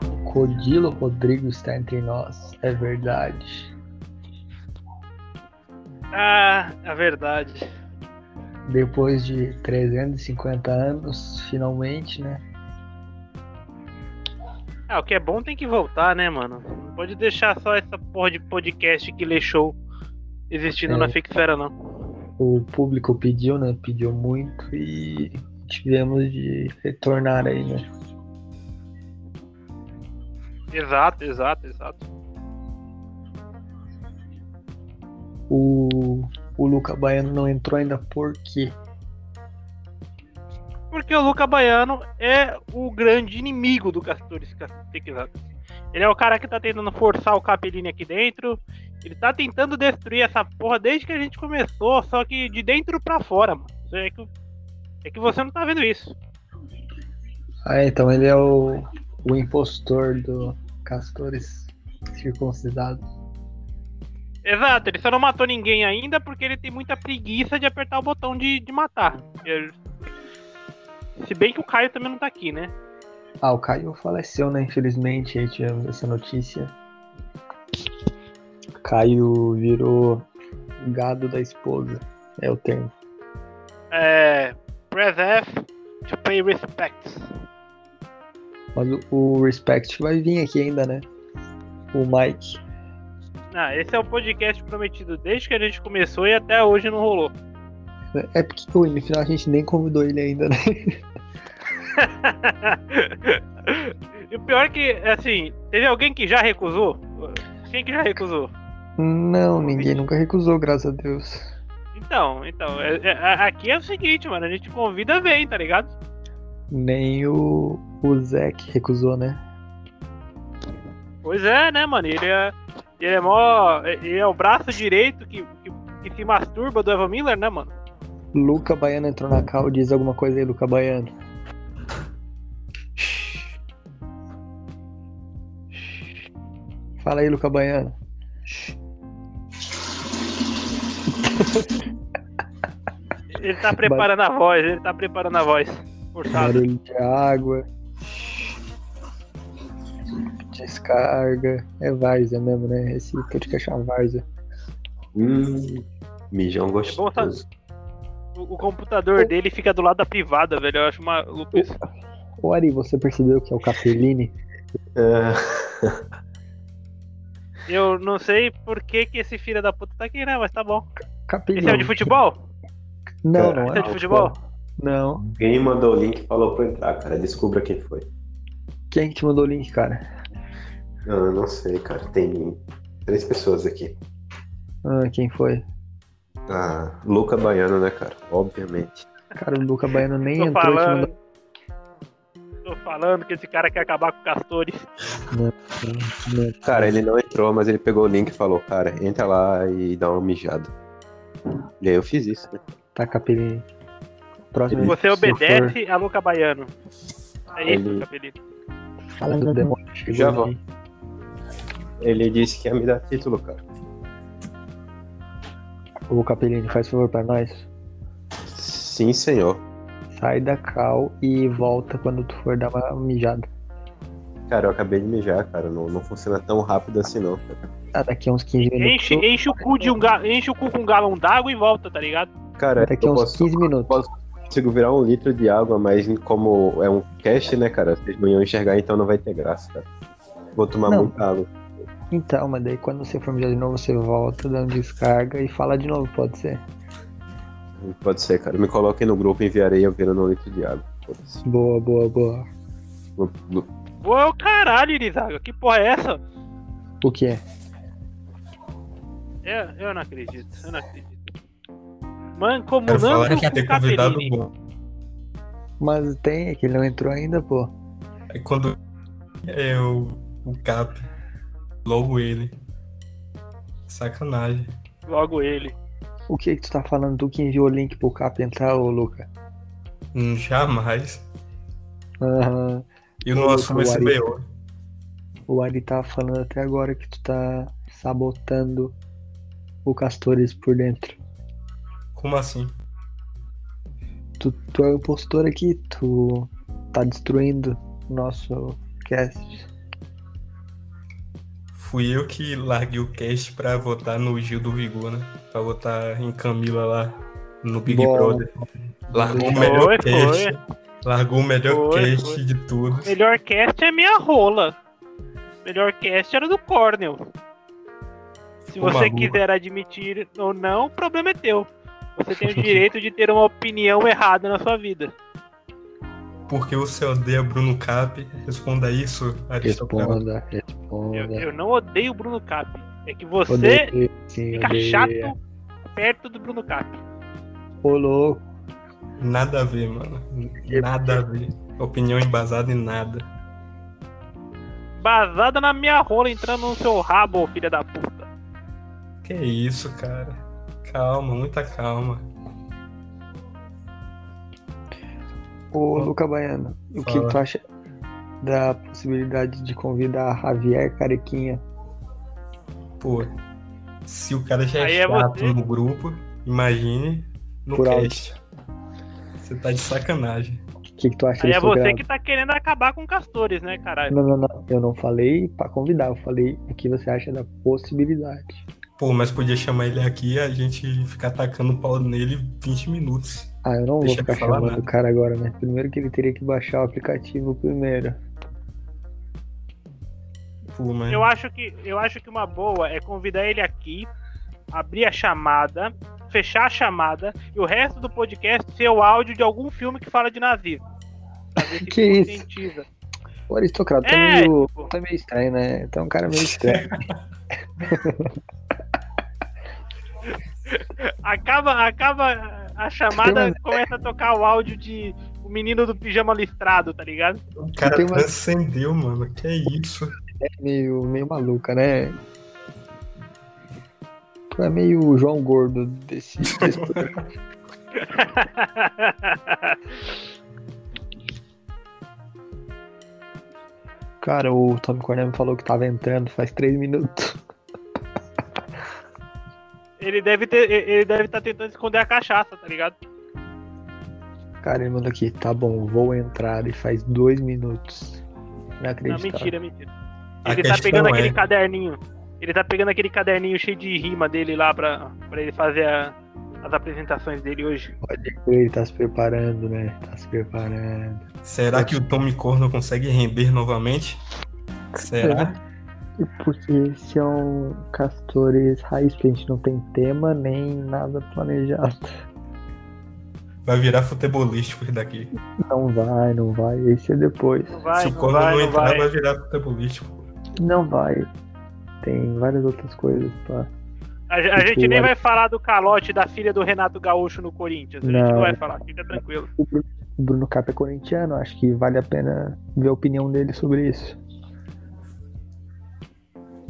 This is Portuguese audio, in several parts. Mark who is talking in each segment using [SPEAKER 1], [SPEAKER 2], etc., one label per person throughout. [SPEAKER 1] Crocodilo Rodrigo está entre nós. É verdade.
[SPEAKER 2] Ah, é verdade.
[SPEAKER 1] Depois de 350 anos, finalmente, né?
[SPEAKER 2] Ah, o que é bom tem que voltar, né, mano? Não pode deixar só essa porra de podcast que lechou existindo
[SPEAKER 1] É.
[SPEAKER 2] na Fixera, não.
[SPEAKER 1] O público pediu, né? Pediu muito e tivemos de retornar aí, né?
[SPEAKER 2] Exato, exato, exato.
[SPEAKER 1] O, o Luca Baiano não entrou ainda porque
[SPEAKER 2] Porque o Luca Baiano é o grande inimigo do Castores Castequizados. Ele é o cara que tá tentando forçar o Capelini aqui dentro. Ele tá tentando destruir essa porra desde que a gente começou, só que de dentro pra fora, mano. É que, é que você não tá vendo isso.
[SPEAKER 1] Ah, então ele é o, o impostor do Castores Circuncidados.
[SPEAKER 2] Exato, ele só não matou ninguém ainda porque ele tem muita preguiça de apertar o botão de, de matar. Ele- Se bem que o Caio também não tá aqui, né?
[SPEAKER 1] Ah, o Caio faleceu, né? Infelizmente, aí tivemos essa notícia. Caio virou gado da esposa, é o termo.
[SPEAKER 2] É. Press F to pay respects.
[SPEAKER 1] Mas o, o Respect vai vir aqui ainda, né? O Mike.
[SPEAKER 2] Ah, esse é o podcast prometido desde que a gente começou e até hoje não rolou.
[SPEAKER 1] É porque ui, no final a gente nem convidou ele ainda, né?
[SPEAKER 2] e o pior é que, assim, teve alguém que já recusou? Quem que já recusou?
[SPEAKER 1] Não, ninguém nunca recusou, graças a Deus.
[SPEAKER 2] Então, então, é- é- a- aqui é o seguinte, mano, a gente convida vem, tá ligado?
[SPEAKER 1] Nem o, o Zack recusou, né?
[SPEAKER 2] Pois é, né, mano? Ele é, ele é mó. Ele é o braço direito que, que, que se masturba do Evan Miller, né, mano?
[SPEAKER 1] Luca Baiano entrou na cal, diz alguma coisa aí, Luca Baiano. Fala aí, Luca Baiano.
[SPEAKER 2] Ele tá preparando a voz, ele tá preparando a voz. Forçado.
[SPEAKER 1] Barulho de água. Descarga. É várzea mesmo, né? Esse podcast é uma várzea.
[SPEAKER 3] Hum, mijão
[SPEAKER 2] bom, sabe?
[SPEAKER 3] gostoso.
[SPEAKER 2] O, o computador dele fica do lado da privada, velho. Eu acho uma loucura. isso.
[SPEAKER 1] Ô Ari, você percebeu que é o Capellini?
[SPEAKER 3] É,
[SPEAKER 2] Eu não sei por que, que esse filho da puta tá aqui, né? Mas tá bom. Esse é o
[SPEAKER 1] Capellini.
[SPEAKER 2] de futebol?
[SPEAKER 1] Não, não
[SPEAKER 2] Esse é
[SPEAKER 1] é.
[SPEAKER 2] de futebol?
[SPEAKER 1] Não.
[SPEAKER 3] alguém mandou o link e falou pra eu entrar, cara. Descubra quem foi.
[SPEAKER 1] Quem é que te mandou o link, cara?
[SPEAKER 3] Ah, Eu não sei, cara. Tem três pessoas aqui.
[SPEAKER 1] Ah, quem foi?
[SPEAKER 3] Ah, Luca Baiano, né, cara? Obviamente.
[SPEAKER 1] Cara, o Luca Baiano nem
[SPEAKER 2] Tô
[SPEAKER 1] entrou e te mandou.
[SPEAKER 2] falando. Tô falando que esse cara quer acabar com o Castores.
[SPEAKER 1] Não.
[SPEAKER 3] Cara, ele não entrou, mas ele pegou o link e falou, cara, entra lá e dá uma mijada. E aí eu fiz isso, né?
[SPEAKER 1] Tá, Capellini. Próximo.
[SPEAKER 2] Você
[SPEAKER 1] se
[SPEAKER 2] obedece a Luca Baiano. É isso,
[SPEAKER 3] Ele-
[SPEAKER 2] Capelito.
[SPEAKER 1] for, Fala do demônio. chegou
[SPEAKER 3] Já
[SPEAKER 1] aqui.
[SPEAKER 3] volto. Ele disse que ia me dar título, cara.
[SPEAKER 1] Ô Capellini, faz favor pra nós.
[SPEAKER 3] Sim, senhor.
[SPEAKER 1] Sai da cal e volta quando tu for dar uma mijada.
[SPEAKER 3] Cara, eu acabei de mijar, cara. Não, não funciona tão rápido assim, não. cara.
[SPEAKER 1] Ah, daqui a uns 15 minutos.
[SPEAKER 2] Enche, enche o cu de um ga- enche o cu com um galão d'água e volta, tá ligado?
[SPEAKER 3] Cara,
[SPEAKER 1] Daqui a
[SPEAKER 3] eu
[SPEAKER 1] uns
[SPEAKER 3] posso,
[SPEAKER 1] 15 minutos.
[SPEAKER 3] posso- consigo virar um litro de água, mas como é um cast, né, cara? Vocês não iam enxergar, então não vai ter graça, cara. Vou tomar
[SPEAKER 1] Não.
[SPEAKER 3] muita água.
[SPEAKER 1] Então, mas daí quando você for mijar de novo, você volta, dá um descarga e fala de novo, pode ser?
[SPEAKER 3] Pode ser, cara. Me coloquem no grupo, enviarei eu virando um litro de água. Foda-se.
[SPEAKER 1] Boa, boa, boa.
[SPEAKER 3] Lu- Lu-
[SPEAKER 2] Ô, caralho, Irizaga, que porra é essa?
[SPEAKER 1] O que é?
[SPEAKER 2] É, eu não acredito, eu não acredito.
[SPEAKER 4] Cara,
[SPEAKER 2] Mancomunando
[SPEAKER 4] falaram que ia
[SPEAKER 2] com
[SPEAKER 4] ter
[SPEAKER 2] o
[SPEAKER 4] convidado
[SPEAKER 2] Capelini.
[SPEAKER 4] bom.
[SPEAKER 1] Mas tem, é que ele não entrou ainda, pô.
[SPEAKER 4] Aí É quando eu o Cap, logo ele. Sacanagem.
[SPEAKER 2] Logo ele.
[SPEAKER 1] O que que tu tá falando? Tu que enviou o link pro Cap entrar, ô Luca?
[SPEAKER 4] Hum, Jamais.
[SPEAKER 1] Aham.
[SPEAKER 4] Eu não
[SPEAKER 1] Ô,
[SPEAKER 4] assumo esse
[SPEAKER 1] Ari.
[SPEAKER 4] BO.
[SPEAKER 1] O Ari tá falando até agora que tu tá sabotando o Castores por dentro.
[SPEAKER 4] Como assim?
[SPEAKER 1] Tu, tu é o impostor aqui, tu tá destruindo o nosso cast.
[SPEAKER 4] Fui eu que larguei o cast pra votar no Gil do Vigor, né? Pra votar em Camila lá no Big
[SPEAKER 1] Bom.
[SPEAKER 4] Brother. Largou o
[SPEAKER 2] Foi,
[SPEAKER 4] melhor
[SPEAKER 2] foi.
[SPEAKER 4] cast. Largou o melhor
[SPEAKER 2] Foi,
[SPEAKER 4] cast
[SPEAKER 2] foi.
[SPEAKER 4] de tudo.
[SPEAKER 2] Melhor cast é minha rola. Melhor cast era do Cornel. Se
[SPEAKER 4] Ficou
[SPEAKER 2] você
[SPEAKER 4] maluco.
[SPEAKER 2] quiser admitir ou não, o problema é teu. Você tem o direito de ter uma opinião errada na sua vida.
[SPEAKER 4] Porque você odeia Bruno Cap? Responda isso, Aristocrata.
[SPEAKER 1] Responda,
[SPEAKER 2] Eu,
[SPEAKER 1] responda.
[SPEAKER 2] eu não odeio o Bruno Cap. É que você
[SPEAKER 1] Odeio, sim,
[SPEAKER 2] fica
[SPEAKER 1] odeio.
[SPEAKER 2] Tá chato perto do Bruno Cap.
[SPEAKER 1] Ô, louco.
[SPEAKER 4] Nada a ver, mano. Nada a ver. Opinião embasada em nada.
[SPEAKER 2] Basada na minha rola entrando no seu rabo, ô filha da puta.
[SPEAKER 4] Que isso, cara. Calma, muita calma.
[SPEAKER 1] Ô,
[SPEAKER 4] Fala.
[SPEAKER 1] Luca Baiano, o que
[SPEAKER 4] Fala.
[SPEAKER 1] tu acha da possibilidade de convidar Javier Carequinha?
[SPEAKER 4] Pô, se o cara já
[SPEAKER 2] Aí
[SPEAKER 4] é
[SPEAKER 2] é
[SPEAKER 4] chato
[SPEAKER 2] você.
[SPEAKER 4] no grupo, imagine no
[SPEAKER 1] Por
[SPEAKER 4] cast. Você tá de sacanagem.
[SPEAKER 1] O que, que tu acha
[SPEAKER 2] Aí é
[SPEAKER 1] desse
[SPEAKER 2] você
[SPEAKER 1] programa?
[SPEAKER 2] que tá querendo acabar com castores, né, caralho?
[SPEAKER 1] Não, não, não. Eu não falei pra convidar, eu falei o que você acha da possibilidade.
[SPEAKER 4] Pô, mas podia chamar ele aqui e a gente ficar tacando o pau nele 20 minutos.
[SPEAKER 1] Ah, eu não vou
[SPEAKER 4] Deixa eu
[SPEAKER 1] ficar
[SPEAKER 4] falar
[SPEAKER 1] chamando
[SPEAKER 4] nada.
[SPEAKER 1] o cara agora, né? Primeiro que ele teria que baixar o aplicativo primeiro.
[SPEAKER 4] Pô, mas.
[SPEAKER 1] Uhum.
[SPEAKER 2] Eu acho que eu acho que uma boa é convidar ele aqui, abrir a chamada, fechar a chamada e o resto do podcast ser o áudio de algum filme que fala de nazismo. Pra ver se
[SPEAKER 1] Que isso?
[SPEAKER 2] conscientiza.
[SPEAKER 1] O aristocrata tá,
[SPEAKER 2] É,
[SPEAKER 1] meio,
[SPEAKER 2] tipo-
[SPEAKER 1] tá meio estranho, né? Tá um cara meio estranho.
[SPEAKER 2] Acaba, acaba a
[SPEAKER 1] Tem
[SPEAKER 2] chamada,
[SPEAKER 1] uma-
[SPEAKER 2] começa a tocar o áudio de o menino do pijama listrado, tá ligado?
[SPEAKER 4] O cara
[SPEAKER 1] tem uma-
[SPEAKER 4] transcendeu, mano. Que isso?
[SPEAKER 1] é meio, meio maluca, né? Tu é meio João Gordo desse, desse programa. Cara, o Tommy Cornell me falou que tava entrando faz três minutos.
[SPEAKER 2] Ele deve ter, ele deve estar tentando esconder a cachaça, tá ligado?
[SPEAKER 1] Cara, ele manda aqui, tá bom, vou entrar e faz dois minutos.
[SPEAKER 2] Não,
[SPEAKER 1] Inacreditável.
[SPEAKER 2] mentira, mentira.
[SPEAKER 4] A
[SPEAKER 2] Ele tá
[SPEAKER 4] questão
[SPEAKER 2] pegando aquele
[SPEAKER 4] é-
[SPEAKER 2] caderninho. Ele tá pegando aquele caderninho cheio de rima dele lá pra, pra ele fazer a- as apresentações dele hoje.
[SPEAKER 1] Pode crer, ele tá se preparando, né? Tá se preparando.
[SPEAKER 4] Será que o Tommy Corno consegue render novamente? Será?
[SPEAKER 1] É. Porque esse é um Castores Raiz, que a gente não tem tema nem nada planejado.
[SPEAKER 4] Vai virar futebolístico isso daqui.
[SPEAKER 1] Não vai, não vai, esse é depois.
[SPEAKER 2] Não vai,
[SPEAKER 4] se o
[SPEAKER 2] não
[SPEAKER 4] Corno
[SPEAKER 2] vai,
[SPEAKER 4] não
[SPEAKER 2] não
[SPEAKER 4] entrar, vai.
[SPEAKER 2] vai.
[SPEAKER 4] virar futebolístico.
[SPEAKER 1] Não vai. Tem várias outras coisas pra.
[SPEAKER 2] A, a gente nem vai falar do calote da filha do Renato Gaúcho no Corinthians. A gente não,
[SPEAKER 1] Não.
[SPEAKER 2] vai falar, fica tranquilo.
[SPEAKER 1] O Bruno, o Bruno Cap é corintiano, acho que vale a pena ver a opinião dele sobre isso.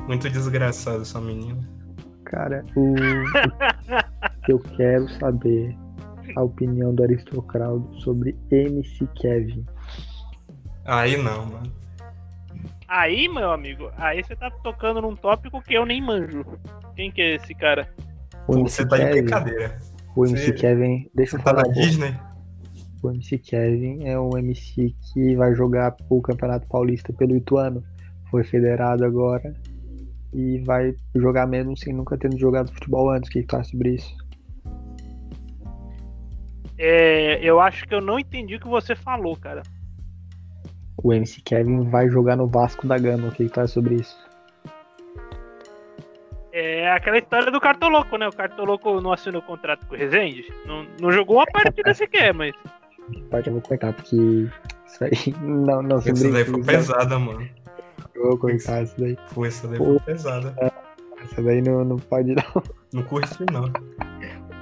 [SPEAKER 4] Muito desgraçado essa menina.
[SPEAKER 1] Cara, o, o- eu quero saber é a opinião do Aristocraldo sobre MC Kevin.
[SPEAKER 4] Aí não, mano.
[SPEAKER 2] Aí, meu amigo, aí você tá tocando num tópico que eu nem manjo. Quem que é esse cara?
[SPEAKER 1] O
[SPEAKER 4] Pô,
[SPEAKER 1] MC
[SPEAKER 4] você tá de
[SPEAKER 1] Kevin,
[SPEAKER 4] brincadeira.
[SPEAKER 1] o MC
[SPEAKER 4] Você-
[SPEAKER 1] Kevin, deixa
[SPEAKER 4] Você
[SPEAKER 1] eu
[SPEAKER 4] tá
[SPEAKER 1] falar. um
[SPEAKER 4] na
[SPEAKER 1] pô.
[SPEAKER 4] Disney?
[SPEAKER 1] O MC Kevin é um MC que vai jogar o Campeonato Paulista pelo Ituano. Foi federado agora e vai jogar mesmo sem nunca tendo jogado futebol antes. O que que tu acha sobre isso?
[SPEAKER 2] É, eu acho que eu não entendi o que você falou, cara.
[SPEAKER 1] O MC Kevin vai jogar no Vasco da Gama. O que que tu acha sobre isso?
[SPEAKER 2] É aquela história do Cartoloco, né? O Cartoloco não assinou o contrato com o Rezende. Não, não jogou uma partida sequer, mas.
[SPEAKER 1] Parte eu vou cortar, porque isso aí não, não se
[SPEAKER 4] Essa daí
[SPEAKER 1] brinca.
[SPEAKER 4] foi
[SPEAKER 1] isso daí
[SPEAKER 4] pesada, mano.
[SPEAKER 1] Eu vou cortar isso daí.
[SPEAKER 4] Pô, essa daí
[SPEAKER 1] Pô.
[SPEAKER 4] foi pesada.
[SPEAKER 1] Isso daí não, não pode não.
[SPEAKER 4] Não curti, não.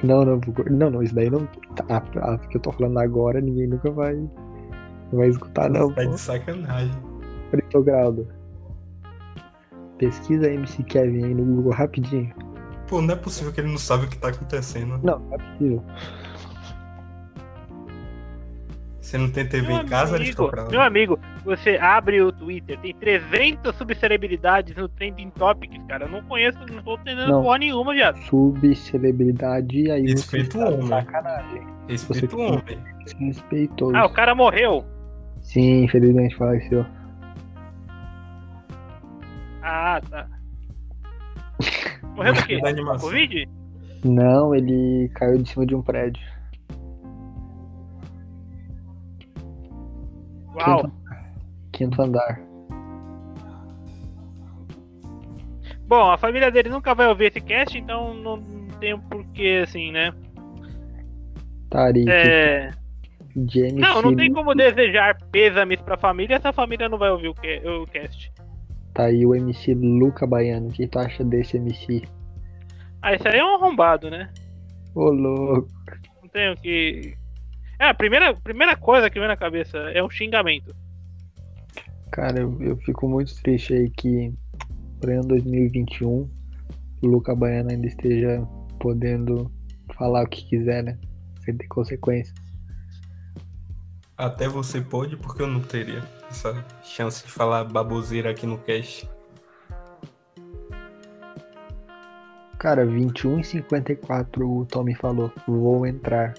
[SPEAKER 1] Não, não, vou cor- não, não, isso daí não. A, a, que eu tô falando agora, ninguém nunca vai, vai escutar, Ah, não.
[SPEAKER 4] tá
[SPEAKER 1] pô.
[SPEAKER 4] de sacanagem.
[SPEAKER 1] Preto Grado. Pesquisa MC Kevin aí no Google rapidinho.
[SPEAKER 4] Pô, não é possível que ele não sabe o que tá acontecendo.
[SPEAKER 1] Não, não é possível.
[SPEAKER 4] Você não tem TV
[SPEAKER 2] Meu
[SPEAKER 4] em casa,
[SPEAKER 2] amigo,
[SPEAKER 4] aristocrata?
[SPEAKER 2] meu amigo, você abre o Twitter, tem 300 subcelebridades no Trending Topics, cara. Eu não conheço, não tô entendendo
[SPEAKER 1] Não.
[SPEAKER 2] porra nenhuma, viado.
[SPEAKER 1] Subcelebridade aí você
[SPEAKER 4] Respeita o
[SPEAKER 1] tá de
[SPEAKER 4] homem.
[SPEAKER 1] sacanagem.
[SPEAKER 4] Respeita o
[SPEAKER 1] Você-
[SPEAKER 4] homem.
[SPEAKER 1] Respeitoso.
[SPEAKER 2] Ah, o cara morreu.
[SPEAKER 1] Sim, infelizmente faleceu.
[SPEAKER 2] Ah, tá. Morreu do quê?
[SPEAKER 4] Da animação.
[SPEAKER 2] Covid?
[SPEAKER 1] Não, ele caiu de cima de um prédio.
[SPEAKER 2] Uau.
[SPEAKER 1] Quinto andar.
[SPEAKER 2] Bom, a família dele nunca vai ouvir esse cast, então não tem porquê, assim, né?
[SPEAKER 1] Tarik.
[SPEAKER 2] É...
[SPEAKER 1] James
[SPEAKER 2] Não, não tem
[SPEAKER 1] Phillips.
[SPEAKER 2] como desejar pêsames pra família se a família não vai ouvir o, que, o cast.
[SPEAKER 1] Tá aí o MC Luca Baiano. O que tu acha desse MC?
[SPEAKER 2] Ah, isso aí é um arrombado, né?
[SPEAKER 1] Ô, louco.
[SPEAKER 2] Não tenho que. É, a primeira, primeira coisa que vem na cabeça é um xingamento.
[SPEAKER 1] Cara, eu, eu fico muito triste aí que pro ano 2021 o um, Luca Baiano ainda esteja podendo falar o que quiser, né? Sem ter consequências.
[SPEAKER 4] Até você pode, porque eu não teria essa chance de falar baboseira aqui no cast.
[SPEAKER 1] Cara, 21 h 54 o Tommy falou, vou entrar.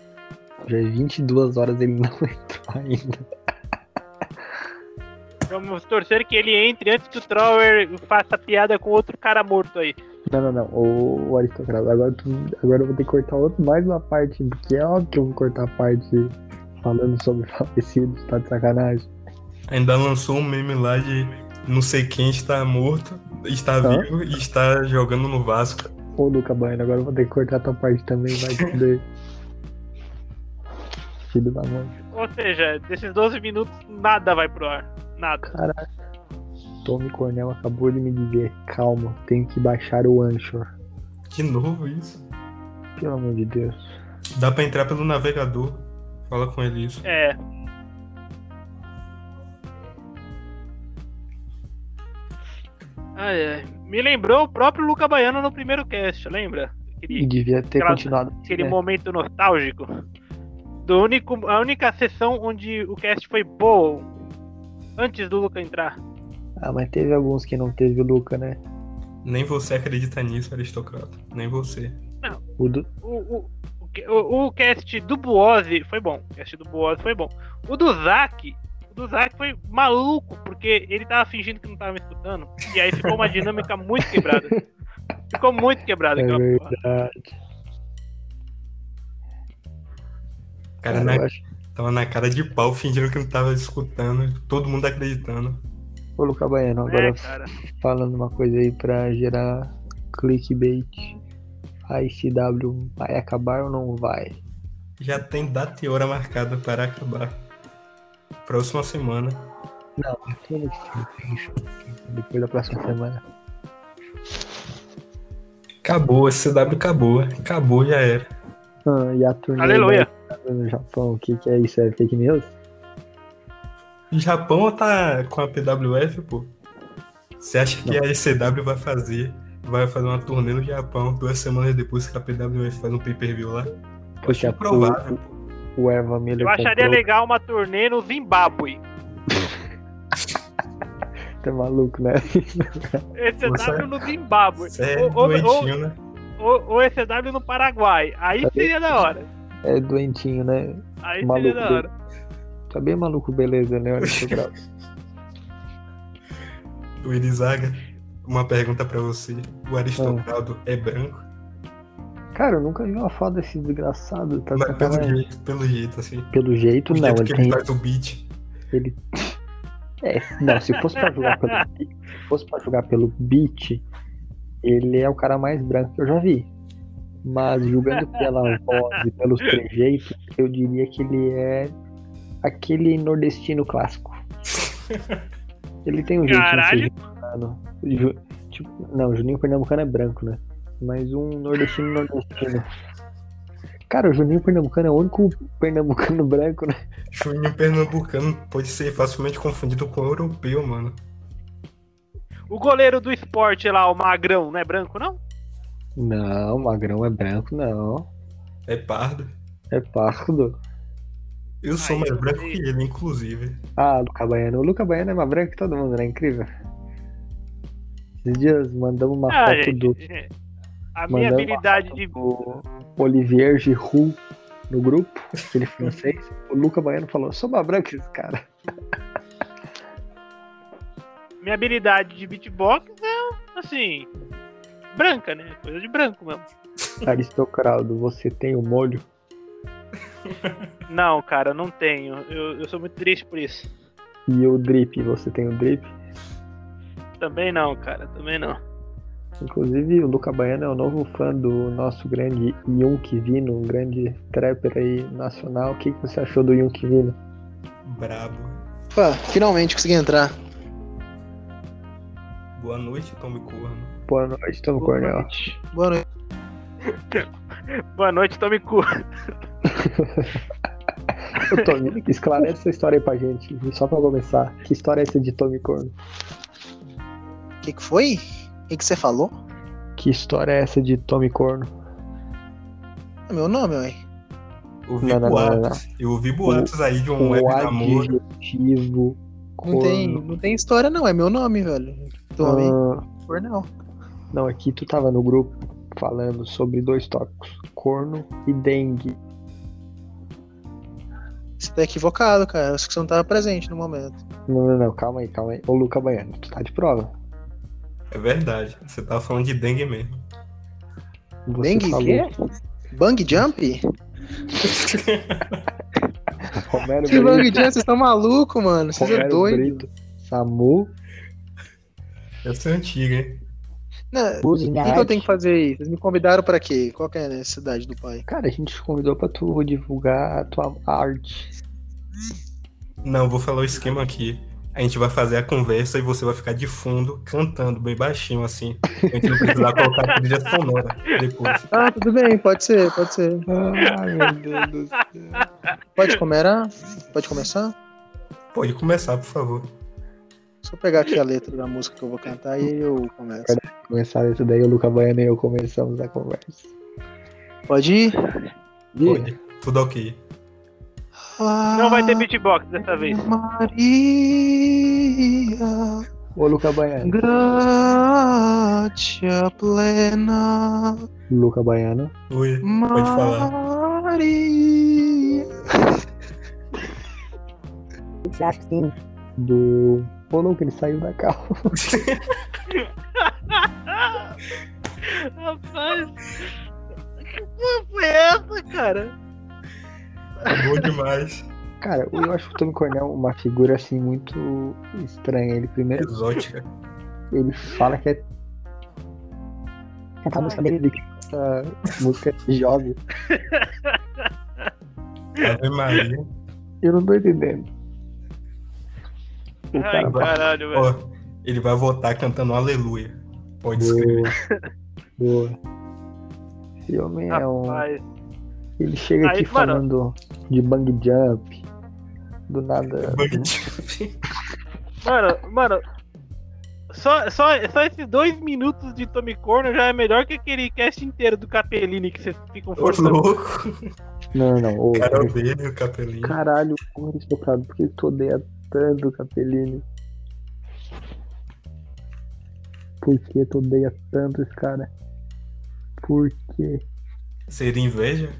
[SPEAKER 1] Já é 22 horas ele não entrou ainda.
[SPEAKER 2] Vamos torcer que ele entre antes que o Trower faça piada com outro cara morto aí.
[SPEAKER 1] Não, não, não. Ô, ô, aristocrata, agora, tu, agora eu vou ter que cortar outro, mais uma parte, porque é óbvio que eu vou cortar a parte falando sobre falecidos, tá de sacanagem.
[SPEAKER 4] Ainda lançou um meme lá de não sei quem está morto, está
[SPEAKER 1] Hã?
[SPEAKER 4] vivo e está jogando no Vasco.
[SPEAKER 1] Ô, Luca Baiano, agora eu vou ter que cortar a tua parte também, vai te fuder. Filho da mãe.
[SPEAKER 2] Ou seja, desses 12 minutos, nada vai pro ar. Nada.
[SPEAKER 1] Caraca. Tommy Cornell acabou de me dizer, calma, tenho que baixar o Anchor.
[SPEAKER 4] De novo isso.
[SPEAKER 1] Pelo amor de Deus.
[SPEAKER 4] Dá pra entrar pelo navegador. Fala com ele isso.
[SPEAKER 2] É. Ai, ai. Me lembrou o próprio Luca Baiano no primeiro cast, lembra?
[SPEAKER 1] E
[SPEAKER 2] Aquele,
[SPEAKER 1] devia ter
[SPEAKER 2] Aquela-
[SPEAKER 1] continuado.
[SPEAKER 2] aquele
[SPEAKER 1] né?
[SPEAKER 2] momento nostálgico. Do único, a única sessão onde o cast foi boa. Antes do Luca entrar.
[SPEAKER 1] Ah, mas teve alguns que não teve o Luca, né?
[SPEAKER 4] Nem você acredita nisso, aristocrata. Nem você.
[SPEAKER 1] O do...
[SPEAKER 2] O, o, o, ca- o, o cast do Buozzi foi bom. O cast do Buozzi foi bom. O do Zack. O do Zack foi maluco, porque ele tava fingindo que não tava me escutando. E aí ficou uma dinâmica muito quebrada. Ficou muito quebrada
[SPEAKER 1] É
[SPEAKER 2] aquela porra.
[SPEAKER 1] verdade.
[SPEAKER 4] O Cara,
[SPEAKER 1] Cara,
[SPEAKER 4] na-
[SPEAKER 1] eu acho-
[SPEAKER 4] tava na cara de pau, fingindo que não tava escutando. Todo mundo acreditando.
[SPEAKER 1] Ô, Luca Baiano, agora
[SPEAKER 2] É, cara.
[SPEAKER 1] falando uma coisa aí pra gerar clickbait. A ICW vai acabar ou não vai?
[SPEAKER 4] Já tem data e hora marcada para acabar. Próxima semana.
[SPEAKER 1] Não, tudo que depois da próxima semana.
[SPEAKER 4] Acabou, esse CW acabou. Acabou, já era.
[SPEAKER 1] Ah, e a turnê
[SPEAKER 2] Aleluia.
[SPEAKER 1] da ICW no Japão, o que, que é isso? É fake news?
[SPEAKER 4] O Japão tá com a PWF, pô. Você acha que a ECW vai fazer? Vai fazer uma turnê no Japão duas semanas depois que a PWF faz um pay-per-view lá?
[SPEAKER 1] Porque a-
[SPEAKER 4] Improvável, pô.
[SPEAKER 1] o, o Erva Miller
[SPEAKER 2] Eu acharia
[SPEAKER 1] comprou,
[SPEAKER 2] legal uma turnê no Zimbábue.
[SPEAKER 1] tá maluco, né?
[SPEAKER 2] ECW no Zimbábue.
[SPEAKER 4] Você é
[SPEAKER 2] Ou, ou, ou,
[SPEAKER 4] doentinho, né?
[SPEAKER 2] ou, ou ECW no Paraguai. Aí seria da hora.
[SPEAKER 1] É doentinho, né?
[SPEAKER 2] Aí seria
[SPEAKER 1] Maluco.
[SPEAKER 2] é da hora.
[SPEAKER 1] Tá bem maluco, beleza, né? Olha que bravo.
[SPEAKER 4] O Irizaga, uma pergunta pra você. O Aristocrado
[SPEAKER 1] Ah.
[SPEAKER 4] é branco?
[SPEAKER 1] Cara, eu nunca vi uma foto desse desgraçado. Tá
[SPEAKER 4] Mas pelo
[SPEAKER 1] sacanagem.
[SPEAKER 4] jeito, pelo jeito, assim.
[SPEAKER 1] Pelo jeito,
[SPEAKER 4] Do
[SPEAKER 1] não.
[SPEAKER 4] jeito
[SPEAKER 1] Ele
[SPEAKER 4] que ele
[SPEAKER 1] tem.
[SPEAKER 4] faz o beat.
[SPEAKER 1] Ele... É, não, se fosse pra jogar pelo se fosse pra jogar pelo beat, ele é o cara mais branco que eu já vi. Mas julgando pela voz e pelos trejeitos, eu diria que ele é aquele nordestino clássico. Ele tem um jeitinho de ser
[SPEAKER 2] Caralho.
[SPEAKER 1] juniano. Ju- tipo, não, Juninho Pernambucano é branco, né? Mas um nordestino nordestino. Cara, o Juninho Pernambucano é o único pernambucano branco, né?
[SPEAKER 4] Juninho Pernambucano pode ser facilmente confundido com europeu, mano.
[SPEAKER 2] O goleiro do esporte lá, o Magrão, não é branco, não?
[SPEAKER 1] Não, magrão é branco, não.
[SPEAKER 4] É pardo.
[SPEAKER 1] É pardo.
[SPEAKER 4] Eu sou
[SPEAKER 2] Ah,
[SPEAKER 4] mais
[SPEAKER 2] eu
[SPEAKER 4] branco
[SPEAKER 2] sei.
[SPEAKER 4] que ele, inclusive.
[SPEAKER 1] Ah, Luca Baiano. O Luca Baiano é mais branco que todo mundo, né? Incrível. Esses dias mandamos uma
[SPEAKER 2] Ah,
[SPEAKER 1] foto
[SPEAKER 2] gente,
[SPEAKER 1] do,
[SPEAKER 2] gente, a minha
[SPEAKER 1] mandamos uma
[SPEAKER 2] habilidade
[SPEAKER 1] foto
[SPEAKER 2] de.
[SPEAKER 1] do Olivier Giroud no grupo, aquele francês. O Luca Baiano falou, sou mais branco que esse cara.
[SPEAKER 2] Minha habilidade de beatbox é assim. branca, né? Coisa de branco mesmo.
[SPEAKER 1] Aristocraldo, você tem o molho?
[SPEAKER 2] Não, cara, não tenho. Eu, eu sou muito triste por isso.
[SPEAKER 1] E o drip, você tem o drip?
[SPEAKER 2] Também não, cara, também não.
[SPEAKER 1] Inclusive, o Luca Baiano é o novo fã do nosso grande Yun Kivino, um grande trapper aí nacional. O que, que você achou do Yun Kivino?
[SPEAKER 4] Brabo.
[SPEAKER 5] Opa, finalmente consegui entrar.
[SPEAKER 4] Boa noite, Tommy Corno.
[SPEAKER 1] Boa noite, Tom
[SPEAKER 2] Boa
[SPEAKER 1] Cornel.
[SPEAKER 2] noite.
[SPEAKER 5] Boa noite.
[SPEAKER 2] Boa noite, tome cu.
[SPEAKER 1] Ô, Tommy, esclarece essa história aí pra gente, só pra começar. Que história é essa de Tommy Corno?
[SPEAKER 5] O que, que foi? O que, que você falou?
[SPEAKER 1] Que história é essa de Tommy Corno?
[SPEAKER 5] É meu nome, ué.
[SPEAKER 4] Ouvi
[SPEAKER 1] Não, não, não,
[SPEAKER 4] boatos.
[SPEAKER 1] não, não.
[SPEAKER 4] Eu ouvi boatos aí de um web namoro.
[SPEAKER 1] adjetivo
[SPEAKER 5] Não tem,
[SPEAKER 1] corno.
[SPEAKER 5] não tem história, não. É meu nome, velho. Tomei
[SPEAKER 1] Ah,
[SPEAKER 5] Cornel.
[SPEAKER 1] não, aqui tu tava no grupo falando sobre dois tópicos, corno e dengue.
[SPEAKER 5] Você tá equivocado, cara. Eu acho que você não tava presente no momento.
[SPEAKER 1] Não, não, não, calma aí, calma aí. Ô, Luca Baiano, tu tá de prova.
[SPEAKER 4] É verdade. Você tava falando de dengue mesmo.
[SPEAKER 1] Você
[SPEAKER 5] Dengue
[SPEAKER 1] falou-
[SPEAKER 5] quê? Bang Jump?
[SPEAKER 1] Romero
[SPEAKER 5] Que
[SPEAKER 1] Brito,
[SPEAKER 5] Bang Jump? Vocês estão malucos, mano. Vocês é
[SPEAKER 1] Romero
[SPEAKER 5] doidos.
[SPEAKER 1] Brito, Samu,
[SPEAKER 4] Essa é antiga, hein?
[SPEAKER 5] Não, Por que, que eu
[SPEAKER 1] Buzinati.
[SPEAKER 5] tenho que fazer isso? Vocês me convidaram pra quê? Qual que é a necessidade do pai?
[SPEAKER 1] Cara, a gente te convidou pra tu divulgar a tua arte.
[SPEAKER 4] Não, vou falar o esquema aqui. A gente vai fazer a conversa e você vai ficar de fundo cantando bem baixinho assim. A gente não precisar colocar a trilha sonora depois.
[SPEAKER 5] Ah, tudo bem, pode ser, pode ser.
[SPEAKER 1] Ai, meu Deus do céu.
[SPEAKER 5] Pode começar? Pode começar?
[SPEAKER 4] Pode começar, por favor.
[SPEAKER 5] Só pegar aqui a letra da música que eu vou cantar e eu começo.
[SPEAKER 1] Começaram isso daí, o Luca Baiano e eu começamos a conversa.
[SPEAKER 5] Pode ir?
[SPEAKER 1] Ih,
[SPEAKER 4] Pode. Tudo ok.
[SPEAKER 2] Não vai
[SPEAKER 5] Ah.
[SPEAKER 2] ter beatbox dessa vez.
[SPEAKER 5] Maria,
[SPEAKER 1] Ô, Luca Baiano.
[SPEAKER 5] gratia plena,
[SPEAKER 1] Luca Baiano.
[SPEAKER 4] Oi. Pode falar.
[SPEAKER 5] Maria.
[SPEAKER 6] que você acha que tem?
[SPEAKER 1] do. Pô, não, que ele saiu da calça.
[SPEAKER 2] Rapaz. Que foi essa, cara?
[SPEAKER 4] Tá Bom demais.
[SPEAKER 1] Cara, eu acho o Tommy Cornell uma figura assim muito estranha. Ele primeiro
[SPEAKER 4] Exótica.
[SPEAKER 1] ele fala que é
[SPEAKER 6] Cantar a música dele.
[SPEAKER 1] ele canta é música jovem.
[SPEAKER 4] Ave Maria.
[SPEAKER 1] Eu não tô entendendo. O
[SPEAKER 2] Ai,
[SPEAKER 1] cara
[SPEAKER 4] vai-
[SPEAKER 2] caralho, velho.
[SPEAKER 4] Ó, ele vai voltar cantando Aleluia. Pode escrever.
[SPEAKER 1] boa. Boa. Esse homem é um.
[SPEAKER 2] Rapaz.
[SPEAKER 1] Ele chega
[SPEAKER 2] Aí,
[SPEAKER 1] aqui
[SPEAKER 2] mano.
[SPEAKER 1] falando de bang jump. Do nada.
[SPEAKER 2] Mano, mano. Só, só, só esses dois minutos de Tommy Corno já é melhor que aquele cast inteiro do Capellini que vocês ficam
[SPEAKER 4] Ô,
[SPEAKER 2] forçando.
[SPEAKER 4] louco.
[SPEAKER 1] Não, não, não. ô,
[SPEAKER 4] Cara, eu odeio o capelinho.
[SPEAKER 1] Caralho, porra, Aristocrado, por que tu odeia tanto o Capellini? Por que tu odeia tanto esse cara? Por quê?
[SPEAKER 4] Seria inveja?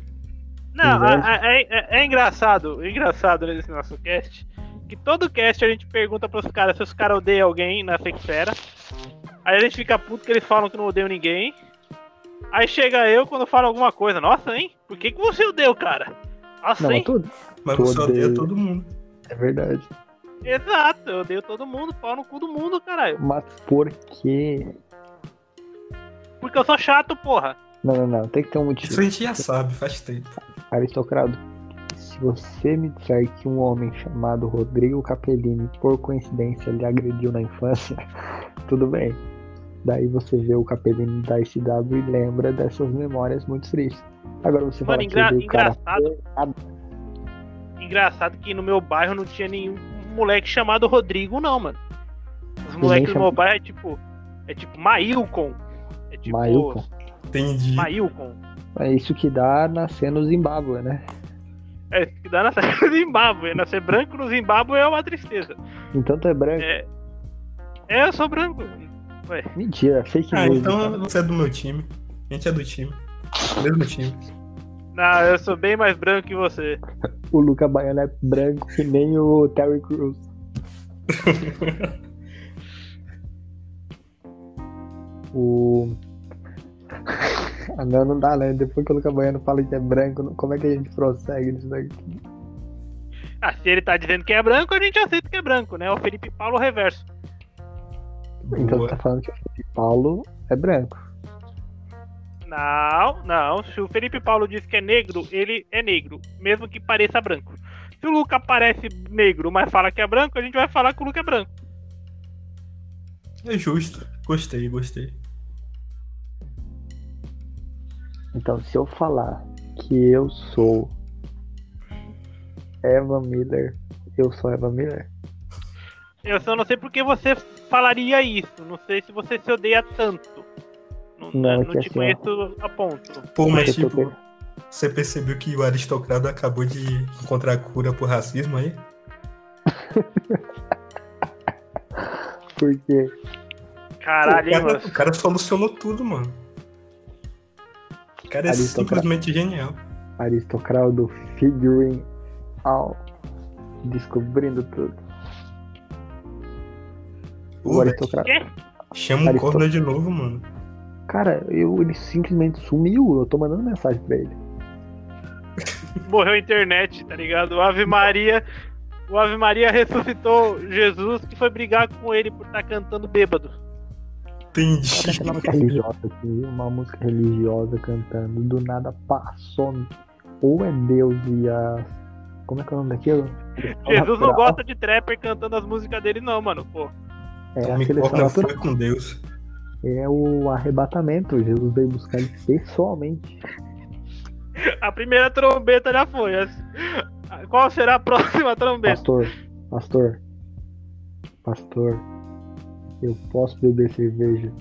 [SPEAKER 2] Não,
[SPEAKER 1] Inveja.
[SPEAKER 2] a- a- é, é- é engraçado, é engraçado nesse nosso cast, que todo cast a gente pergunta pros caras se os caras odeiam alguém na sexfera. Aí a gente fica puto que eles falam que não odeiam ninguém. Aí chega eu quando falo alguma coisa, nossa, hein? Por que, que você odeia o cara?
[SPEAKER 1] Não,
[SPEAKER 2] Assim,
[SPEAKER 1] mas tudo.
[SPEAKER 4] Mas
[SPEAKER 1] Tu
[SPEAKER 4] você odeia
[SPEAKER 1] odeia.
[SPEAKER 4] todo mundo.
[SPEAKER 1] É verdade.
[SPEAKER 2] exato, eu odeio todo mundo, pau no cu do mundo, caralho.
[SPEAKER 1] Mas por quê?
[SPEAKER 2] Porque eu sou chato, porra.
[SPEAKER 1] Não, não, não. Tem que ter um motivo.
[SPEAKER 4] Isso a gente já sabe, faz tempo.
[SPEAKER 1] Aristocrado, se você me disser que um homem chamado Rodrigo Capellini, por coincidência, lhe agrediu na infância, tudo bem. Daí você vê o Capellini da SW e lembra dessas memórias muito tristes. Agora você fala
[SPEAKER 2] Mano, engra-
[SPEAKER 1] que é o cara
[SPEAKER 2] engraçado. Engraçado que no meu bairro não tinha nenhum moleque chamado Rodrigo, não, mano. Os moleques do
[SPEAKER 1] chama-
[SPEAKER 2] meu bairro é tipo. É tipo Maílcon. É tipo.
[SPEAKER 1] Maílcon.
[SPEAKER 4] Entendi.
[SPEAKER 2] Maílcon.
[SPEAKER 1] É isso que dá nascer no Zimbábue, né?
[SPEAKER 2] É isso que dá na Zimbábue. Nascer branco no Zimbábue é uma tristeza.
[SPEAKER 1] Então tu é branco.
[SPEAKER 2] É. É, eu sou branco. Ué,
[SPEAKER 1] Mentira, fake
[SPEAKER 4] Ah,
[SPEAKER 1] news.
[SPEAKER 4] então
[SPEAKER 1] então.
[SPEAKER 4] você é do meu time. A gente é do time. Mesmo time.
[SPEAKER 2] não, eu sou bem mais branco que você.
[SPEAKER 1] O Luca Baiano é branco que nem o Terry Crews. o... Ah, Não, não dá, né? Depois que o Luca Baiano fala que é branco, não- como é que a gente prossegue nisso daqui?
[SPEAKER 2] Ah, se ele tá dizendo que é branco, a gente aceita que é branco, né? O Felipe Paulo reverso.
[SPEAKER 1] Então
[SPEAKER 4] Boa.
[SPEAKER 1] você tá falando que o Felipe Paulo é branco.
[SPEAKER 2] Não, não. Se o Felipe Paulo diz que é negro, ele é negro, mesmo que pareça branco. Se o Luca parece negro, mas fala que é branco, a gente vai falar que o Luca é branco.
[SPEAKER 4] É justo. Gostei, gostei.
[SPEAKER 1] Então, se eu falar que eu sou Eva Miller, eu sou Eva Miller?
[SPEAKER 2] Eu só não sei por que você falaria isso. Não sei se você se odeia tanto. Não,
[SPEAKER 1] Não, é
[SPEAKER 2] não
[SPEAKER 1] que
[SPEAKER 2] te
[SPEAKER 1] assim, ó.
[SPEAKER 2] conheço a ponto.
[SPEAKER 4] Pô, mas
[SPEAKER 1] Porque eu tô
[SPEAKER 4] tipo, você percebeu que o aristocrata acabou de encontrar a cura pro racismo aí?
[SPEAKER 1] Porque
[SPEAKER 2] Caralho, hein,
[SPEAKER 4] o, cara,
[SPEAKER 2] mano.
[SPEAKER 4] o cara solucionou tudo, mano. O cara é
[SPEAKER 1] Aristocrata.
[SPEAKER 4] simplesmente genial.
[SPEAKER 1] Aristocraldo Figuring Out, descobrindo tudo. O
[SPEAKER 4] Pô, velho,
[SPEAKER 1] aristocrata.
[SPEAKER 2] Quê?
[SPEAKER 4] Chama o
[SPEAKER 1] Aristoc-
[SPEAKER 4] corno de novo, mano.
[SPEAKER 1] Cara, eu, ele simplesmente sumiu. Eu tô mandando mensagem pra ele.
[SPEAKER 2] Morreu a internet, tá ligado? O Ave Maria. O Ave Maria ressuscitou Jesus que foi brigar com ele por estar cantando bêbado.
[SPEAKER 1] Tá
[SPEAKER 4] Entendi.
[SPEAKER 1] aquela música religiosa aqui, uma música religiosa cantando. Do nada passou. Ou é Deus e a. Como é que é o nome daquilo?
[SPEAKER 2] Jesus não
[SPEAKER 1] natural.
[SPEAKER 2] gosta de trapper cantando as músicas dele, não, mano. Pô.
[SPEAKER 1] É a
[SPEAKER 4] Me
[SPEAKER 1] seleção
[SPEAKER 4] corno
[SPEAKER 1] natural.
[SPEAKER 4] foi com Deus.
[SPEAKER 1] É o arrebatamento. Jesus veio buscar ele pessoalmente.
[SPEAKER 2] A primeira trombeta já foi. as- Qual será a próxima trombeta?
[SPEAKER 1] Pastor, pastor, pastor, eu posso beber cerveja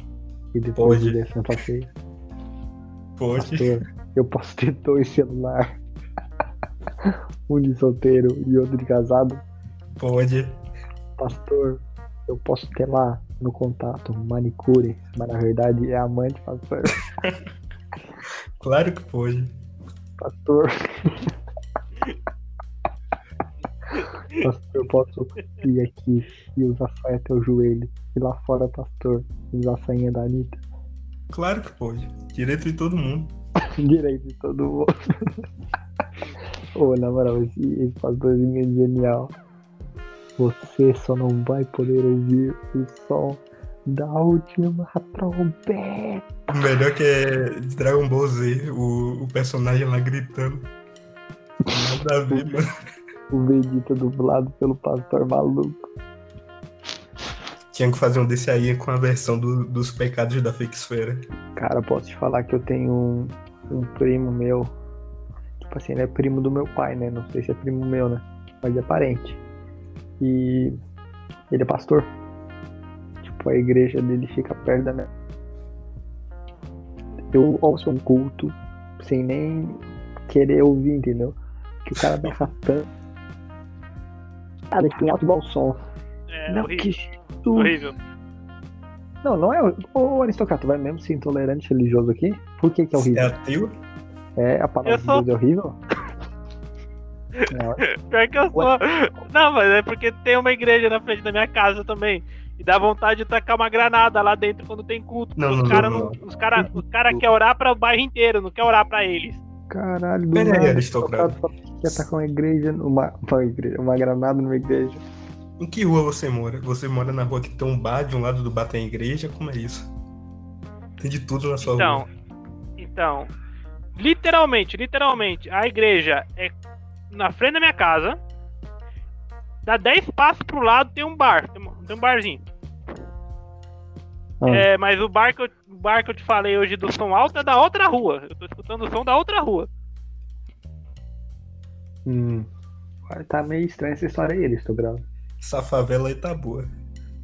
[SPEAKER 1] e depois
[SPEAKER 4] Pode.
[SPEAKER 1] beber Santa Ceia?
[SPEAKER 4] Pode.
[SPEAKER 1] Pastor, eu posso ter dois celular, um de solteiro e outro de casado?
[SPEAKER 4] Pode.
[SPEAKER 1] Pastor, eu posso ter lá no contato manicure, mas na verdade é amante, pastor.
[SPEAKER 4] Claro que pode.
[SPEAKER 1] Pastor. Pastor, eu posso ir aqui e usar saia até o joelho. E lá fora, pastor, usar a sainha da Anitta.
[SPEAKER 4] Claro que pode. Direito de todo mundo.
[SPEAKER 1] Direito de todo mundo. Ô, na moral, esse, esse pastorzinho é genial. Você só não vai poder ouvir o som da última trombeta.
[SPEAKER 4] O melhor que é de Dragon Ball Z, o, o personagem lá gritando. Nada a ver, mano.
[SPEAKER 1] O Vegeta dublado pelo pastor maluco.
[SPEAKER 4] Tinha que fazer um desse aí com a versão do- dos pecados da fixfeira.
[SPEAKER 1] Cara, posso te falar que eu tenho um, um primo meu. Tipo assim, ele é primo do meu pai, né? Não sei se é primo meu, né? Mas é parente. E ele é pastor. Tipo, a igreja dele fica perto da minha. Eu ouço um culto sem nem querer ouvir, entendeu? Que o cara berra tanto. Cara, tipo, em alto bom som.
[SPEAKER 2] É,
[SPEAKER 1] não,
[SPEAKER 2] horrível.
[SPEAKER 1] que
[SPEAKER 2] horrível.
[SPEAKER 1] Não, não é. O aristocrata vai mesmo ser intolerante religioso aqui? Por que, que é
[SPEAKER 4] É
[SPEAKER 1] horrível?
[SPEAKER 4] ateu?
[SPEAKER 1] É, a
[SPEAKER 2] Eu
[SPEAKER 1] palavra
[SPEAKER 2] sou-
[SPEAKER 1] de Deus é horrível? Não,
[SPEAKER 2] Pior que eu sou. Não, mas é porque tem uma igreja na frente da minha casa também. E dá vontade de tacar uma granada lá dentro quando tem culto.
[SPEAKER 4] Não, não,
[SPEAKER 2] os caras não,
[SPEAKER 4] não,
[SPEAKER 2] Os cara, os cara quer orar para o bairro inteiro, não quer orar pra eles.
[SPEAKER 1] caralho, do
[SPEAKER 4] Pera aí,
[SPEAKER 1] nada,
[SPEAKER 4] aristocrata.
[SPEAKER 1] o cara Quer atacar uma igreja, uma, uma igreja, uma granada numa igreja.
[SPEAKER 4] Em que rua você mora? Você mora na rua que tem um bar de um lado do bar tem a igreja? Como é isso? Tem de tudo na sua
[SPEAKER 2] Então,
[SPEAKER 4] rua.
[SPEAKER 2] então, literalmente, literalmente, a igreja é na frente da minha casa. Dá 10 passos pro lado, tem um bar, tem um- tem um barzinho.
[SPEAKER 1] Ah.
[SPEAKER 2] É, mas o bar, que eu, o bar que eu te falei hoje do som alto é da outra rua. Eu tô escutando o som da outra rua.
[SPEAKER 1] Hum. Agora Tá meio estranha essa história aí, aristocrata.
[SPEAKER 4] Essa favela aí tá boa.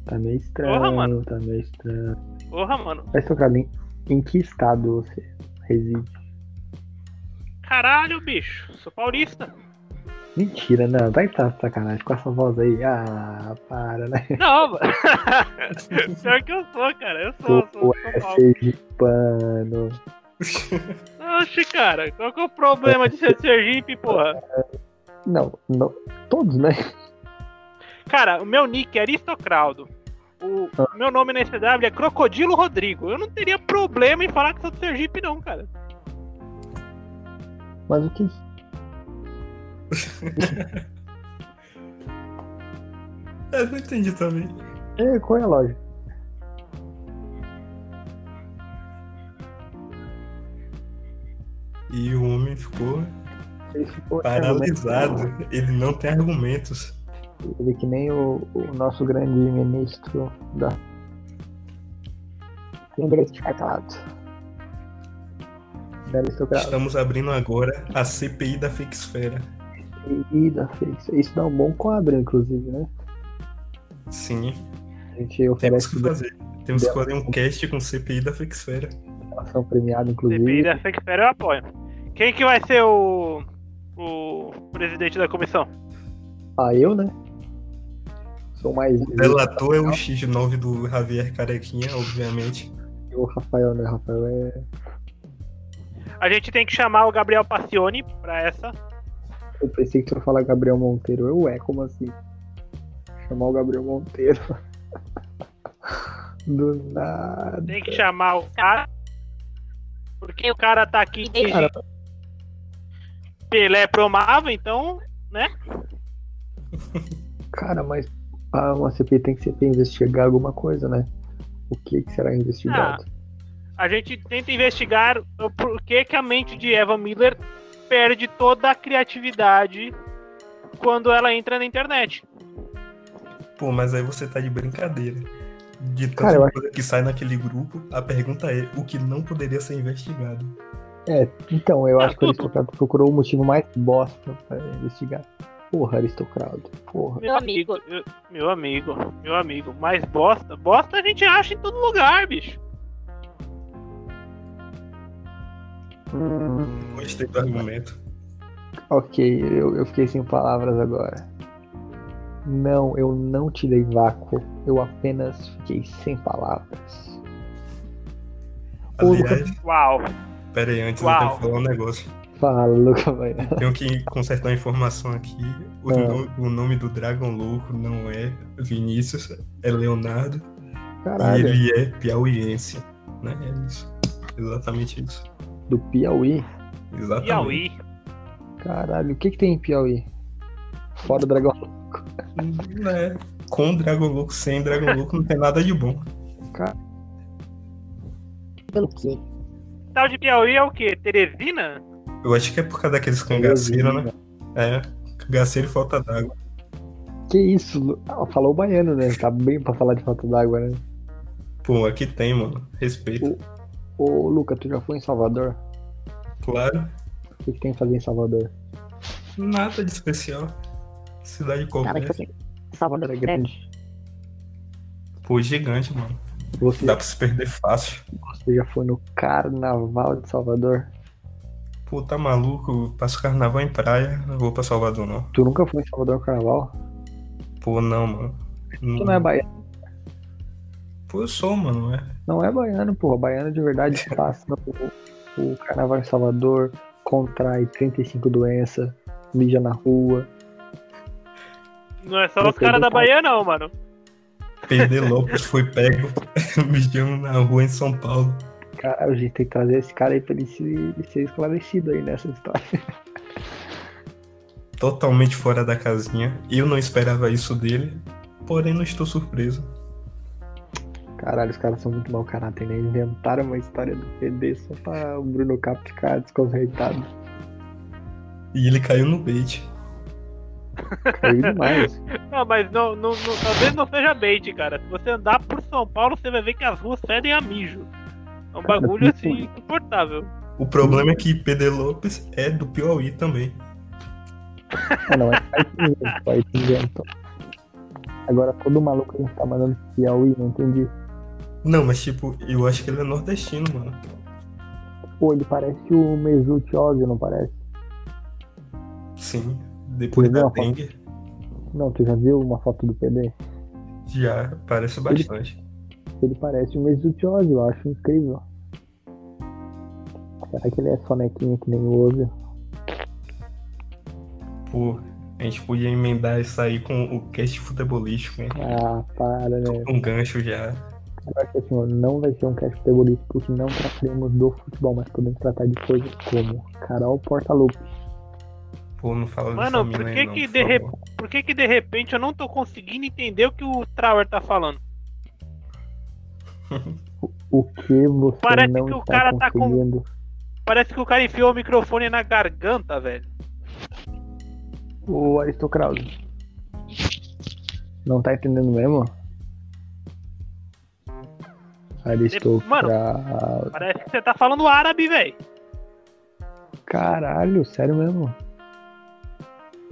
[SPEAKER 1] Tá meio estranho,
[SPEAKER 2] Porra, mano.
[SPEAKER 1] tá meio estranho.
[SPEAKER 2] Porra, mano.
[SPEAKER 1] Aristocrata, em, em que estado você reside?
[SPEAKER 2] Caralho, bicho. Sou paulista.
[SPEAKER 1] Mentira, não, vai estar de sacanagem com essa voz aí. Ah, para, né?
[SPEAKER 2] Não, mano. Pior que eu sou, cara. Eu sou,
[SPEAKER 1] Tu
[SPEAKER 2] sou,
[SPEAKER 1] é
[SPEAKER 2] sou paulista.
[SPEAKER 1] sergipano.
[SPEAKER 2] Oxi, cara. Qual que é o problema de ser de Sergipe, porra?
[SPEAKER 1] Não, não, todos, né?
[SPEAKER 2] Cara, o meu nick é Aristocraldo. O meu nome na SW é Crocodilo Rodrigo. Eu não teria problema em falar que sou do Sergipe, não, cara.
[SPEAKER 1] Mas o que?
[SPEAKER 4] Eu não entendi também.
[SPEAKER 1] É, qual é a loja?
[SPEAKER 4] E o homem ficou
[SPEAKER 1] Ele ficou
[SPEAKER 4] paralisado. Ele não tem argumentos.
[SPEAKER 1] Ele que nem o, o nosso grande ministro da.
[SPEAKER 6] Tem direito de ficar calado.
[SPEAKER 1] Da aristocracia
[SPEAKER 4] Estamos abrindo agora a CPI da Fixfera.
[SPEAKER 1] e da Face. Isso dá um bom quadro, inclusive, né?
[SPEAKER 4] Sim,
[SPEAKER 1] A gente
[SPEAKER 4] temos
[SPEAKER 1] oferece
[SPEAKER 4] que fazer. Temos que fazer um cast com CPI da Fixfera.
[SPEAKER 1] ação premiada,
[SPEAKER 2] CPI
[SPEAKER 1] inclusive.
[SPEAKER 2] da Sexfera eu apoio. Quem que vai ser o, o presidente da comissão?
[SPEAKER 1] Ah, eu, né? Sou mais.
[SPEAKER 4] O delator é o X9 do Javier Carequinha, obviamente.
[SPEAKER 1] O Rafael, né? Rafael é.
[SPEAKER 2] A gente tem que chamar o Gabriel Passione pra essa.
[SPEAKER 1] Eu pensei que tu ia falar Gabriel Monteiro. Eu é, como assim? Chamar o Gabriel Monteiro. Do nada.
[SPEAKER 2] Tem que chamar o cara. Porque o cara tá aqui.
[SPEAKER 1] Cara,
[SPEAKER 2] Pelé promava, então
[SPEAKER 1] Cara, mas ah, uma CPI tem que ser pra investigar alguma coisa, né? O que, que será investigado?
[SPEAKER 2] a gente tenta investigar o porquê que a mente de Eva Miller perde toda a criatividade quando ela entra na internet.
[SPEAKER 4] Pô, mas aí você tá de brincadeira. De tanta
[SPEAKER 1] Cara, eu acho-
[SPEAKER 4] coisa que sai naquele grupo, a pergunta é o que não poderia ser investigado.
[SPEAKER 1] Então, eu
[SPEAKER 2] Ah,
[SPEAKER 1] acho que o
[SPEAKER 2] tudo.
[SPEAKER 1] aristocrata procurou o motivo mais bosta pra investigar. Porra, aristocrata. Porra.
[SPEAKER 2] Meu amigo. eu- meu amigo, meu amigo. Mas bosta, bosta a gente acha em todo lugar, bicho.
[SPEAKER 4] Gostei do argumento.
[SPEAKER 1] Ok, eu, eu fiquei sem palavras agora. Não, eu não te dei vácuo. Eu apenas fiquei sem palavras. Ô, Lucas.
[SPEAKER 4] Aliás,
[SPEAKER 2] Uau.
[SPEAKER 4] pera aí, antes eu
[SPEAKER 2] Uau.
[SPEAKER 4] quero falar um negócio.
[SPEAKER 1] Fala, Cavanha.
[SPEAKER 4] Tenho que consertar a informação aqui. O,
[SPEAKER 1] Ah.
[SPEAKER 4] no- o nome do Dragon Louco não é Vinícius, é Leonardo.
[SPEAKER 1] Caralho,
[SPEAKER 4] E ele é piauiense. Né? É isso. Exatamente isso.
[SPEAKER 1] do Piauí.
[SPEAKER 4] Exatamente.
[SPEAKER 2] Piauí.
[SPEAKER 1] Caralho, o que, que tem em Piauí? Fora o dragão.
[SPEAKER 4] Né? Com Dragon Louco, sem Dragon Louco, não tem nada de bom.
[SPEAKER 6] Pelo quê?
[SPEAKER 2] Tal de Piauí é o quê? Teresina?
[SPEAKER 4] Eu acho que é por causa daqueles cangaceiros, né? É, cangaceiro e falta d'água.
[SPEAKER 1] Que isso? Lu- Ah, falou baiano, né? Tá bem pra falar de falta d'água, né?
[SPEAKER 4] Pô, aqui tem, mano. Respeito.
[SPEAKER 1] Ô, Luca, tu já foi em Salvador?
[SPEAKER 4] Claro.
[SPEAKER 1] O que, que tem que fazer em Salvador?
[SPEAKER 4] Nada de especial. Cidade
[SPEAKER 6] Cara,
[SPEAKER 4] qualquer.
[SPEAKER 6] tipo assim, Salvador é grande.
[SPEAKER 4] Pô, gigante, mano.
[SPEAKER 1] Você,
[SPEAKER 4] Dá pra se perder fácil.
[SPEAKER 1] você já foi no Carnaval de Salvador?
[SPEAKER 4] Pô, tá maluco? Eu Passo carnaval em praia. Não vou pra Salvador, não.
[SPEAKER 1] Tu nunca foi em Salvador no Carnaval?
[SPEAKER 4] Pô, não, mano.
[SPEAKER 1] Tu não é baiano,
[SPEAKER 4] Pô, eu sou, mano. É.
[SPEAKER 1] não é baiano, porra. Baiano de verdade passa o, o Carnaval em Salvador, contrai 35 doenças, mija na rua.
[SPEAKER 2] Não é só
[SPEAKER 1] Não
[SPEAKER 2] os
[SPEAKER 1] sei
[SPEAKER 2] caras
[SPEAKER 1] do
[SPEAKER 2] da
[SPEAKER 1] Piauí.
[SPEAKER 2] Bahia, não, mano.
[SPEAKER 4] Perder Lopes foi pego mijando na rua em São Paulo.
[SPEAKER 1] Cara, a gente tem que trazer esse cara aí pra ele se, ele ser esclarecido aí nessa história.
[SPEAKER 4] Totalmente fora da casinha. Eu não esperava isso dele. Porém, não estou surpreso.
[SPEAKER 1] Caralho, os caras são muito mau caráter, né? Inventaram uma história do PD só pra o Bruno Cap ficar desconcertado.
[SPEAKER 4] E ele caiu no bait.
[SPEAKER 1] Caiu demais.
[SPEAKER 2] Não, mas não, não, não- talvez não seja bait, cara. Se você andar por São Paulo, você vai ver que as ruas fedem a mijo. É um bagulho
[SPEAKER 1] que
[SPEAKER 2] assim, insuportável.
[SPEAKER 4] O problema é que Pedro Lopes é do Piauí também.
[SPEAKER 1] Ah, não, é invento, aí que inventou. Agora todo maluco que a gente tá mandando pro Piauí, não entendi.
[SPEAKER 4] Não, mas tipo, eu acho que ele é nordestino, mano.
[SPEAKER 1] Pô, ele parece o Mesut Ozil, não parece?
[SPEAKER 4] Sim. Depois
[SPEAKER 1] Pois é,
[SPEAKER 4] da
[SPEAKER 1] rapaz.
[SPEAKER 4] dengue,
[SPEAKER 1] Não, tu já viu uma foto do PD?
[SPEAKER 4] já parece bastante.
[SPEAKER 1] Ele parece o Mesut Ozil, eu acho incrível. Será que ele é sonequinha que nem o Ozil?
[SPEAKER 4] Pô, A gente podia emendar isso aí com o cast futebolístico, né?
[SPEAKER 1] Ah, para, velho.
[SPEAKER 4] Um gancho já.
[SPEAKER 1] Eu acho que assim, ó, não vai ser um cast futebolístico porque não trataremos do futebol, mas podemos tratar de coisas como Carol Portalupe.
[SPEAKER 4] Pô, não fala
[SPEAKER 2] Mano,
[SPEAKER 4] dessa
[SPEAKER 2] por
[SPEAKER 4] mina aí
[SPEAKER 2] que
[SPEAKER 4] não,
[SPEAKER 2] que
[SPEAKER 4] por
[SPEAKER 2] de
[SPEAKER 4] favor.
[SPEAKER 2] Por que que de repente eu não tô conseguindo entender o que o Trauer tá falando?
[SPEAKER 1] O que você
[SPEAKER 2] Parece
[SPEAKER 1] não
[SPEAKER 2] que o
[SPEAKER 1] está
[SPEAKER 2] cara tá com-
[SPEAKER 1] conseguindo?
[SPEAKER 2] Parece que o cara enfiou o microfone na garganta, velho.
[SPEAKER 1] O Aristocrause. Não tá entendendo mesmo? Aristocrause.
[SPEAKER 2] Parece que você tá falando árabe, velho.
[SPEAKER 1] Caralho, sério mesmo?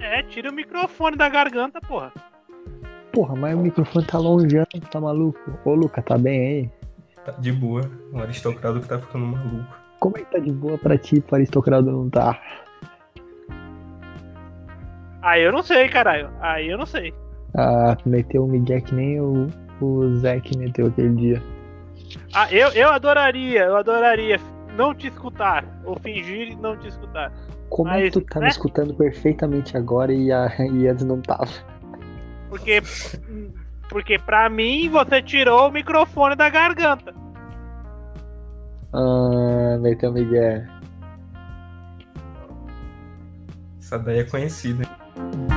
[SPEAKER 2] É, tira o microfone da garganta, porra.
[SPEAKER 1] Porra, mas o microfone tá longeando, tá maluco? Ô, Luca, tá bem aí?
[SPEAKER 4] Tá de boa. Um aristocrata que tá ficando maluco.
[SPEAKER 1] Como é que tá de boa pra ti, pro Aristocrause não tá?
[SPEAKER 2] Aí eu não sei, caralho. Aí eu não sei.
[SPEAKER 1] Ah, meteu o Miguel que nem o, o Zack meteu aquele dia.
[SPEAKER 2] Ah, eu, eu adoraria, eu adoraria não te escutar. Ou fingir não te escutar.
[SPEAKER 1] Como é
[SPEAKER 2] Mas,
[SPEAKER 1] que tu tá
[SPEAKER 2] né?
[SPEAKER 1] me escutando perfeitamente agora e, a, e antes não tava?
[SPEAKER 2] Porque. Porque pra mim você tirou o microfone da garganta.
[SPEAKER 1] Ah, meteu o Miguel.
[SPEAKER 4] Essa daí é conhecida. hein?